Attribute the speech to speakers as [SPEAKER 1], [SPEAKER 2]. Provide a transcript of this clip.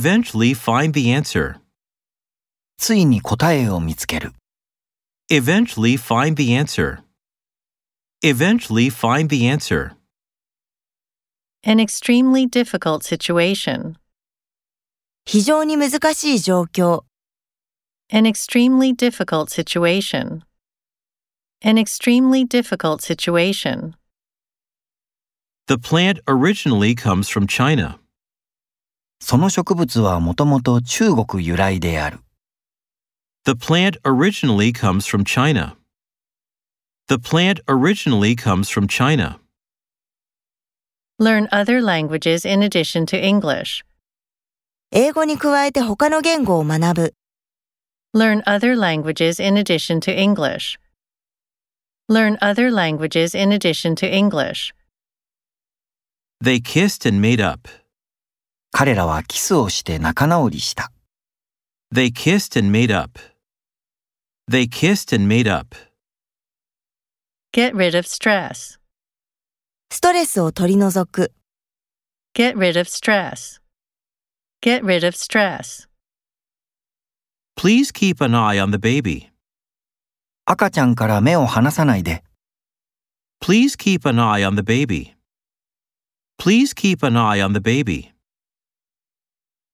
[SPEAKER 1] Eventually find the answer.
[SPEAKER 2] ついに答えを見つける。
[SPEAKER 1] Eventually find the answer. Eventually find the answer.
[SPEAKER 3] An extremely difficult situation.
[SPEAKER 4] 非常に難しい状況、
[SPEAKER 3] An extremely difficult situation. An extremely difficult situation.
[SPEAKER 1] The plant originally comes from China.
[SPEAKER 2] その植物はもともと中国由来である。
[SPEAKER 1] The plant originally comes from China. The plant originally comes from China.
[SPEAKER 3] Learn other languages in addition to English.
[SPEAKER 4] 英語に加えて他の言語を学ぶ、
[SPEAKER 3] Learn other languages in addition to English. Learn other languages in addition to English.
[SPEAKER 1] They kissed and made up.
[SPEAKER 2] 彼らはキスをして仲直りした。
[SPEAKER 1] They kissed and made up. They kissed and made up.
[SPEAKER 3] Get rid of stress.
[SPEAKER 4] ストレスを取り除く、
[SPEAKER 3] Get rid of stress. Get rid of stress.
[SPEAKER 1] Please keep an eye on the baby.
[SPEAKER 2] 赤ちゃんから目を離さないで、
[SPEAKER 1] Please keep an eye on the baby. Please keep an eye on the baby.